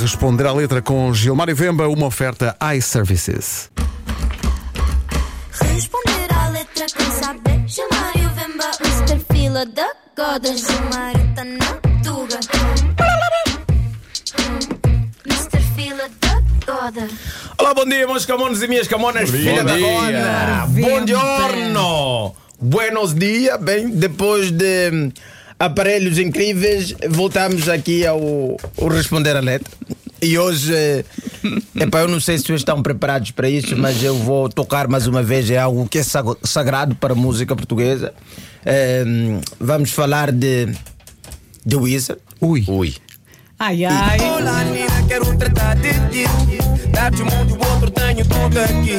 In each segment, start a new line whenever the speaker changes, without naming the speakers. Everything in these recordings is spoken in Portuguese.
Responder à letra com Gilmário Vemba, uma oferta iServices.
Responder à letra quem saber Chamar e o Vemba Mr. Fila da Goda Chamar e tá na Tuga Mr. Fila da Goda
Olá, bom dia, meus camones e minhas camonas, filha da dona. Bom giorno. Buenos dias. Bem, depois de hum, aparelhos incríveis, voltamos aqui ao, ao Responder a Letra. E hoje, eh, epá, eu não sei se vocês estão preparados para isso, mas eu vou tocar mais uma vez, é algo que é sag- sagrado para a música portuguesa. Hum, vamos falar de The Wizard.
Ui.
Ai, ai.
Olá, Nina, quero tratar de ti. Dar-te um mundo e o outro, tenho tudo aqui.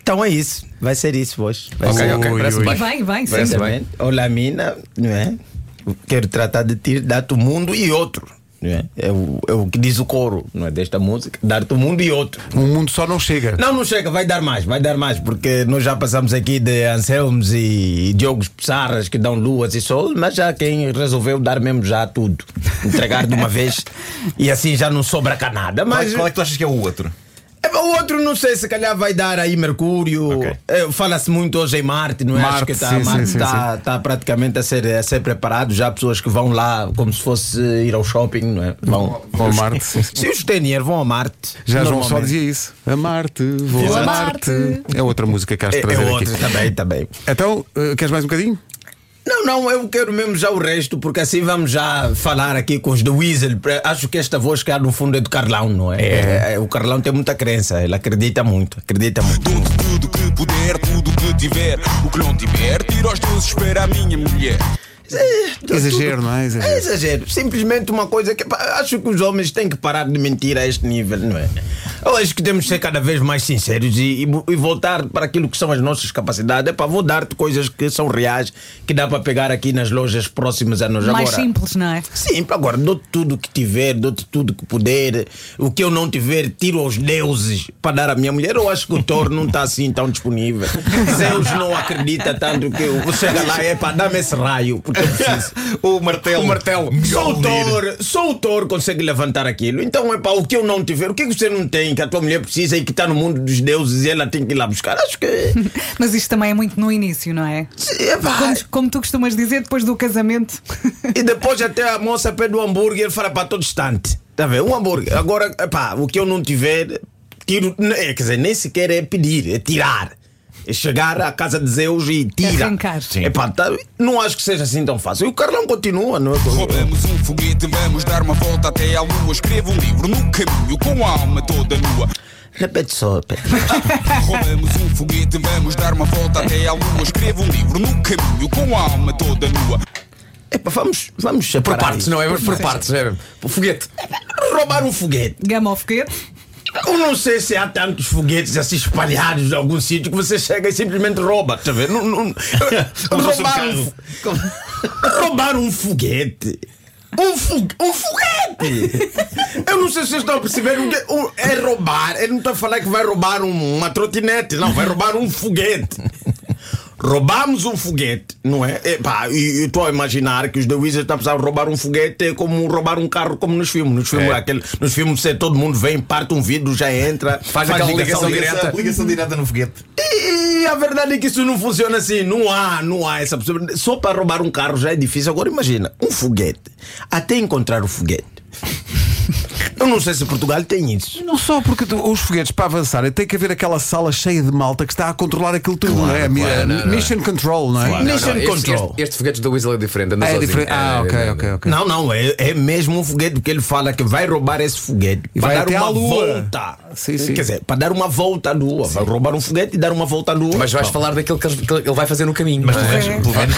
Então é isso, vai ser isso hoje. Vai ser.
ok, parece
E vai, vai, sim.
Ainda bem. Olá, mina, não é? Quero tratar de ti, dar-te o mundo e outro. Não é? É, o, é o que diz o coro não é? desta música: dar-te o mundo e outro.
Um mundo só não chega.
Não, não chega, vai dar mais, vai dar mais, porque nós já passamos aqui de Anselmos e, e Diogos Pissarras que dão luas e sol, mas já quem resolveu dar mesmo já tudo, entregar de uma vez e assim já não sobra cá nada. Mas
Qual é que tu achas que é o outro?
é, mas O outro, não sei, se calhar vai dar aí Mercúrio. É, Fala-se muito hoje em Marte, não é?
Marte,
Acho que tá,
sim,
Marte
sim, sim,
está praticamente a ser, a ser preparado. Já há pessoas que vão lá como se fosse ir ao shopping, não é? Vão,
Vão a Marte, sim.
Se os têm dinheiro, vão a Marte.
Já João só
normalmente.
dizia isso. Amar-te, vou
Vou
amar-te. É outra música que has de
É, é
trazer aqui.
outro, também, também.
Então, eh, queres mais um bocadinho?
Não, não, eu quero mesmo já o resto, porque assim vamos já falar aqui com os do Weasel. Pra- Acho que esta voz que há no fundo é do Carlão, não é? É, é, O Carlão tem muita crença, ele acredita muito, acredita muito.
Dou-te tudo que puder, tudo que tiver. O que não tiver, tira aos deuses para a minha mulher.
Exagero, não é? Exagero.
É exagero. Simplesmente uma coisa que. pá, Acho que os homens têm que parar de mentir a este nível, não é? Eu acho que temos de ser cada vez mais sinceros e, e, e voltar para aquilo que são as nossas capacidades. Epá, vou dar-te coisas que são reais, que dá para pegar aqui nas lojas próximas a nós
Mais
agora.
simples, não é?
Sim, agora dou-te tudo que tiver, dou-te tudo que puder. O que eu não tiver, tiro aos deuses para dar à minha mulher. Eu acho que o Thor não está assim tão disponível. Zeus não acredita tanto que eu vou chegar lá é para dar-me esse raio, porque eu preciso.
O martelo.
O martelo. Só o Thor, só o Thor consegue levantar aquilo. Então, é para o que eu não tiver, o que é que você não tem, que a tua mulher precisa e que está no mundo dos deuses e ela tem que ir lá buscar? Acho que.
Mas isto também é muito no início, não é?
Epá,
Como, como tu costumas dizer, depois do casamento.
E depois até a moça pede o hambúrguer fala para todo instante. Tá vendo? Um hambúrguer. Agora, pá, o que eu não tiver, tiro. n- é, Quer dizer, nem sequer é pedir, é tirar. É chegar à casa de Zeus e tira.
Arrancar. Sim.
Epá, tá- não acho que seja assim tão fácil. E o Carlão continua, não é?
Roubamos um foguete, vamos dar uma volta até à lua. Escrevo um livro no caminho com a alma toda nua.
Repete só. pera.
Roubamos um foguete, vamos dar uma volta até à lua. Escrevo um livro no caminho com a alma toda nua.
Epá, vamos, vamos separar.
Por partes,
isso.
não é? Mas por partes, é. O foguete.
Roubar um foguete.
Gama ao foguete.
Eu não sei se há tantos foguetes assim espalhados em algum sítio que você chega e simplesmente rouba. Tá vendo? Não, não- roubar, um fo- roubar um foguete. Um, fo- um foguete! Eu não sei se vocês estão a perceber o que o- é roubar. Ele não está a falar que vai roubar um- uma trotinete, não, vai roubar um foguete. Roubamos um foguete, não é? Epá, e eu estou a imaginar que os The Wizards estão a precisar roubar um foguete é como roubar um carro, como nos filmes. Nos filmes, aquele, nos filmes você, todo mundo vem, parte um vidro, já entra, faz,
aquela ligação
direta.
Ligação direta no foguete.
E a verdade é que isso não funciona assim. Não há, não há essa possibilidade. Só para roubar um carro já é difícil. Agora imagina, um foguete. Até encontrar o foguete. Eu não sei se Portugal tem isso.
Não só porque tu- os foguetes para avançarem tem que haver aquela sala cheia de malta que está a controlar aquilo tudo, não é? Mi-
claro, não, não.
Mission Control, não é?
Claro. Mission
este,
Control.
Este, este foguete da Weasel é diferente. Anda
Ah, é
sozinho.
diferente. Ah,
É,
ok,
é,
ok, ok.
Não, não, é, é mesmo um foguete que ele fala que vai roubar esse foguete.
E
para
vai
dar
até
uma
à Lua.
volta.
Sim, sim.
Quer dizer, para dar uma volta à lua. Vai roubar um foguete e dar uma volta à lua.
Mas vais falar daquilo que ele- que ele vai fazer no caminho. Mas
menos- É.
pelo menos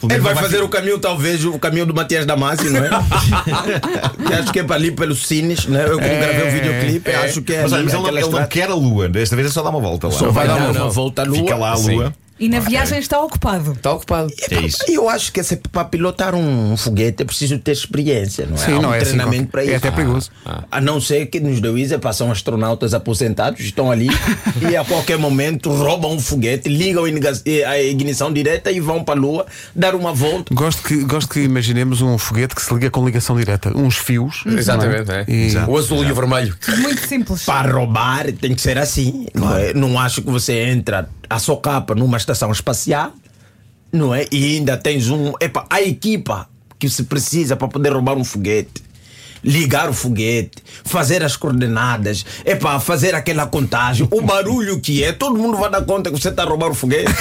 não.
Ele vai fazer o caminho, talvez, o caminho do Matias Damasio, não é? que acho que é para ali pelos cines, né? Eu como gravei o videoclipe, acho que é.
Mas, olha,
ali
mas ele, não,
naquela
ele não
estrada.
quer a lua, desta vez é só dar uma volta lá.
Só vai dar uma
não.
volta à lua.
Fica lá a lua.
E na viagem está ocupado.
Está ocupado.
É isso.
E Eu acho que essa- para pilotar um foguete é preciso ter experiência, não é?
Sim,
Há um
não é assim
treinamento
qualquer-
para
é
isso. Ah,
até perigoso.
A não ser que nos deu isso, passam astronautas aposentados, estão ali e a qualquer momento roubam um foguete, ligam a iniga- a ignição direta e vão para a Lua dar uma volta.
Gosto que, gosto que imaginemos um foguete que se liga com ligação direta, uns fios. não é?
Exatamente, é?
E-
O azul e o vermelho.
Muito simples.
Para roubar tem que ser assim. Não, é? não acho que você entra a socapa numa estação espacial, não é? E ainda tens um. Epa, a equipa que se precisa para poder roubar um foguete. Ligar o foguete, fazer as coordenadas, é para fazer aquela contagem, o barulho que é, todo mundo vai dar conta que você está a roubar o foguete.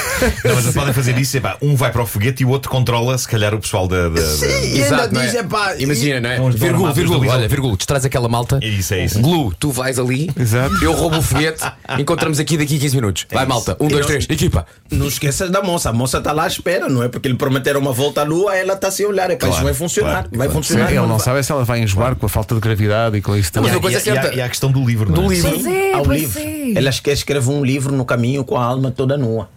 Não, mas não podem fazer isso. Epá, um vai para o foguete e o outro controla, se calhar, o pessoal da. da- da-
E ainda
não é?
diz, epá,
Imagina,
e-
não
Vão
é?
os
Virgul,
formatos
virgul,
do Lidl.
olha, virgul, tu traz aquela malta.
É isso, é isso.
Glu, tu vais ali,
Exato.
eu roubo o foguete, encontramos aqui daqui a 15 minutos. Vai,
isso.
malta, um, dois, três, equipa.
Não esqueças da moça, a moça está lá à espera, não é? Porque lhe prometeram uma volta à lua, ela está sem olhar, epá,
Claro,
isso vai funcionar,
claro, é
vai
Sim,
funcionar.
ele não
vai-
sabe se ela vai enjoar com a falta de gravidade e com isso tudo.
Mas uma coisa
e, e,
certa.
e, há a questão do livro, não é?
Do livro.
Pois é,
ao
pois
livro.
é.
Ela esque- escreve um livro no caminho com a alma toda nua.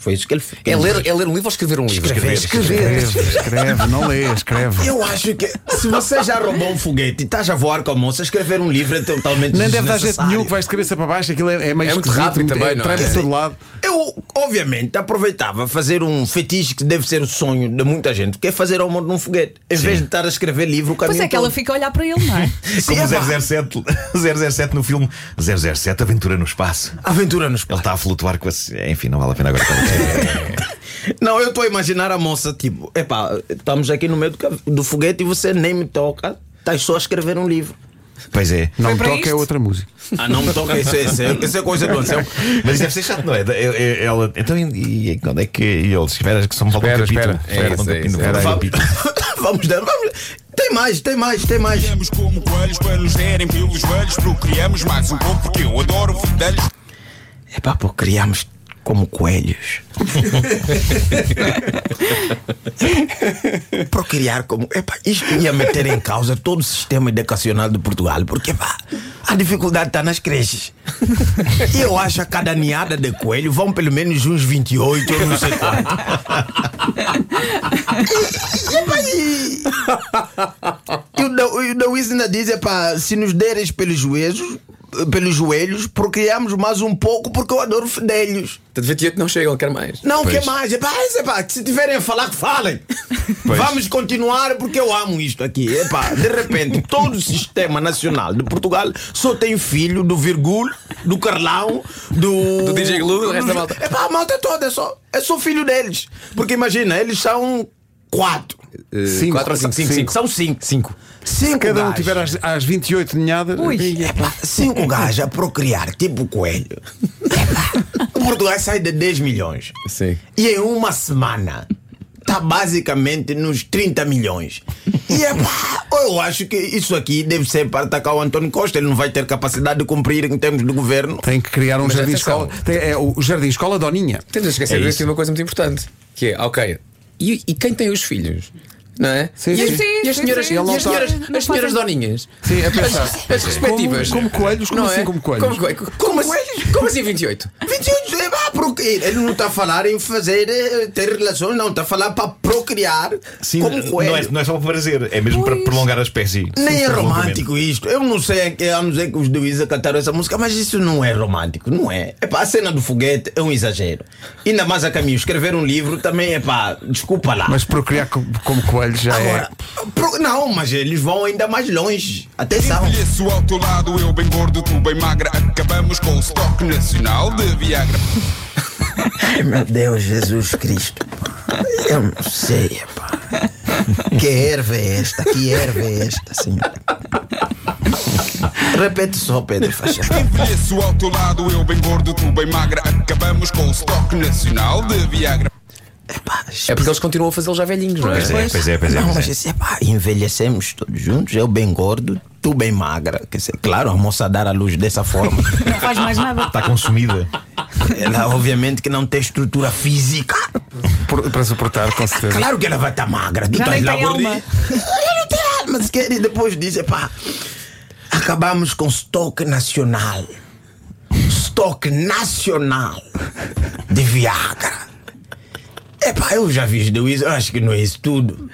Foi isso que ele fez.
É ler, é ler um livro ou escrever um livro?
Escrever.
Escreve, escreve, não lê, escreve.
Eu acho que se você já roubou um foguete e estás a voar com a moça, escrever um livro é totalmente
Nem deve dar jeito
desnecessário.
nenhum que vais de cabeça para baixo, aquilo é, é meio
É muito
esquisito,
rápido também, não é?
treme por todo lado.
Eu, obviamente, aproveitava fazer um fetiche que deve ser o sonho de muita gente, que é fazer amor num foguete, em vez de estar a escrever livro o caminho
Pois é que ela
todo.
fica a olhar para ele, não é?
Como
Sim, é pá.
007, 007 no filme 007 Aventura no Espaço.
Aventura nos
Ele está a flutuar com a. Enfim, não vale a pena agora. É,
Não, eu estou a imaginar a moça, tipo, epá, estamos aqui no meio do, ca- do foguete e você nem me toca, estás só a escrever um livro.
pois é.
Não
para
toca é
isto?
outra música.
Ah, não me toca, isso é, isso é, isso é coisa do ancião.
Mas isso deve ser chato, não é? É- é- Ela, então, e, e quando é que. E ele espera que só me falta um
Espera,
capítulo.
espera. É
Falta um capítulo, falta
isso, é isso.
um
Era aí.
capítulo.
vamos dar, vamos. Tem mais, tem mais, tem mais.
Criamos como coelhos para nos derem pelos velhos. Procriamos mais um pouco porque eu adoro fidelhos.
É pá, pô, criámos como coelhos. Procriar como. Epá, isto ia meter em causa todo o sistema educacional de Portugal, porque pá, a dificuldade está nas creches. E eu acho a cada ninhada de coelho vão pelo menos uns 28 ou não sei quanto. E, epá, e- e o Da- o da Wiz ainda diz: epá, se nos deres pelos joelhos, pelos joelhos, procriamos mais um pouco porque eu adoro fedelhos.
Portanto, 28 não chega, ele quer mais.
Não,
Pois.
que mais? Epá, é isso, epá, que se tiverem a falar, que falem. Vamos continuar porque eu amo isto aqui. Epá, de repente, todo o sistema nacional de Portugal só tem filho do Virgul, do Carlão, do.
Do DJ Glu, do resto da malta.
Epá, a malta toda é só, é só filho deles. Porque imagina, eles são quatro.
Cinco.
4 ou 5, 5, 5.
São cinco. Cinco. Cinco
Cada um
gajos.
tiver às, às 28 ninhadas.
Ui.
Epá, cinco gajos a procriar, tipo coelho. Epá, Portugal sai de 10 milhões.
Sim.
E em uma semana está basicamente nos 30 milhões. E é pá, eu acho que isso aqui deve ser para atacar o António Costa. Ele não vai ter capacidade de cumprir em termos de governo.
Tem que criar um
Mas
jardim
atenção.
escola. Tem- é o jardim escola Doninha.
Tens a esquecer
É
de
isso.
dizer uma coisa muito importante. Que é, ok, e, e quem tem os filhos? Não é?
Sim,
e, as-
sim.
e as
Sim,
senhoras,
sim,
e
sim.
as senhoras,
Não
as
fazem-
senhoras doninhas?
Sim, a pensar.
As, as respectivas.
Como, como coelhos, como
Não
assim
é?
como coelhos?
Como, coelhos? como, assim, como assim 28?
28 é pá, procriar. Ele não está a falar em fazer, eh, ter relações, não. Está a falar para procriar
Sim,
como coelho.
não, é, não é só para prazer, é mesmo para prolongar a espécie.
Nem
Sim,
é
sim,
romântico isto. Eu não sei a que anos é que os Duísa cantaram essa música, mas isso não é romântico, não é? Epá, a cena do foguete é um exagero. Ainda mais a caminho, escrever um livro também é pá, desculpa lá.
Mas procriar co- como coelhos já
Agora,
é.
pro- não, mas eles vão ainda mais longe. Atenção.
Envelheço ao teu lado, eu bem gordo, tu bem magra. Acabamos com o estoque nacional de Viagra.
Ai, meu Deus, Jesus Cristo. Eu não sei, pá. Que erva é esta? Que erva é esta, senhor? Repete só, Pedro, faz favor.
Envelheço ao teu lado, eu bem gordo, tu bem magra. Acabamos com o estoque nacional de Viagra.
Epá,
É porque eles continuam a fazê-los já velhinhos, não é?
Pois é, pois é, pois é.
Não,
pois é.
mas assim, pá, envelhecemos todos juntos, eu bem gordo, tu bem magra. Quer dizer, claro, a moça dar a luz dessa forma.
Não faz mais nada.
Está consumida.
ela obviamente que não tem estrutura física.
Por- para suportar, com certeza.
Claro que ela vai estar magra. Tu
Já
estás
nem
lá
tem
gordinho.
alma.
Ela não tem alma. Se quer, e depois diz, pá, acabamos com estoque nacional. Estoque nacional de Viagra. Epá, eu já vi os The Wiz, eu acho que não é isso tudo.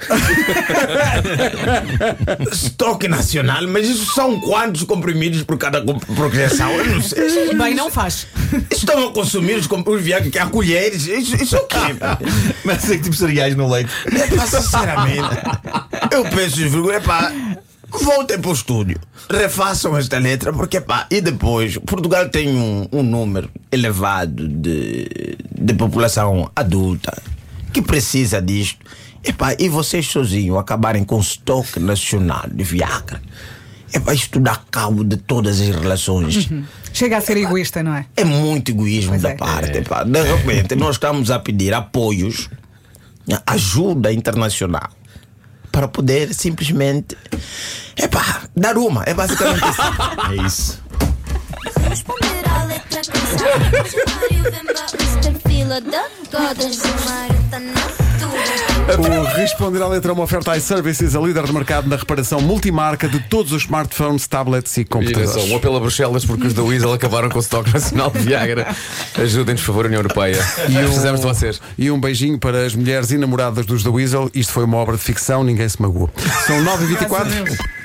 Estoque nacional, mas isso são quantos comprimidos por cada com- progressão? Eu não sei.
Bem, não faz.
Estão a consumir os, com- os Viagra que há colheres? Isso, isso é o quê? pá?
Mas é que tipo cereais no leite.
Epá, É sinceramente, eu penso em vergonha, epá, voltem para o estúdio, refaçam esta letra, porque epá, e depois, Portugal tem um, um número elevado de, de população adulta que precisa disto. Epá, e vocês sozinhos acabarem com o estoque nacional de Viagra. Epá, isto dá cabo de todas as relações.
Chega a ser egoísta, não é?
É muito egoísmo
Pois
da
é.
parte. pá. De repente, nós estamos a pedir apoios, né, ajuda internacional, para poder simplesmente epá, dar uma. É basicamente isso.
É isso.
Responder à letra que sabe Chamar e o Vemba Mr. Fila da Godas O Mário tá na tua
O Responder à Letra é uma oferta iServices, a líder de mercado na reparação multimarca de todos os smartphones, tablets e
E atenção,
computadores.
uma pela Bruxelas, porque os da Weasel acabaram com o estoque nacional de Viagra. Ajudem-nos, por favor, União Europeia. E precisamos é de vocês.
E um beijinho para as mulheres e namoradas dos The Weasel. Isto foi uma obra de ficção, ninguém se magoou. São 9h24.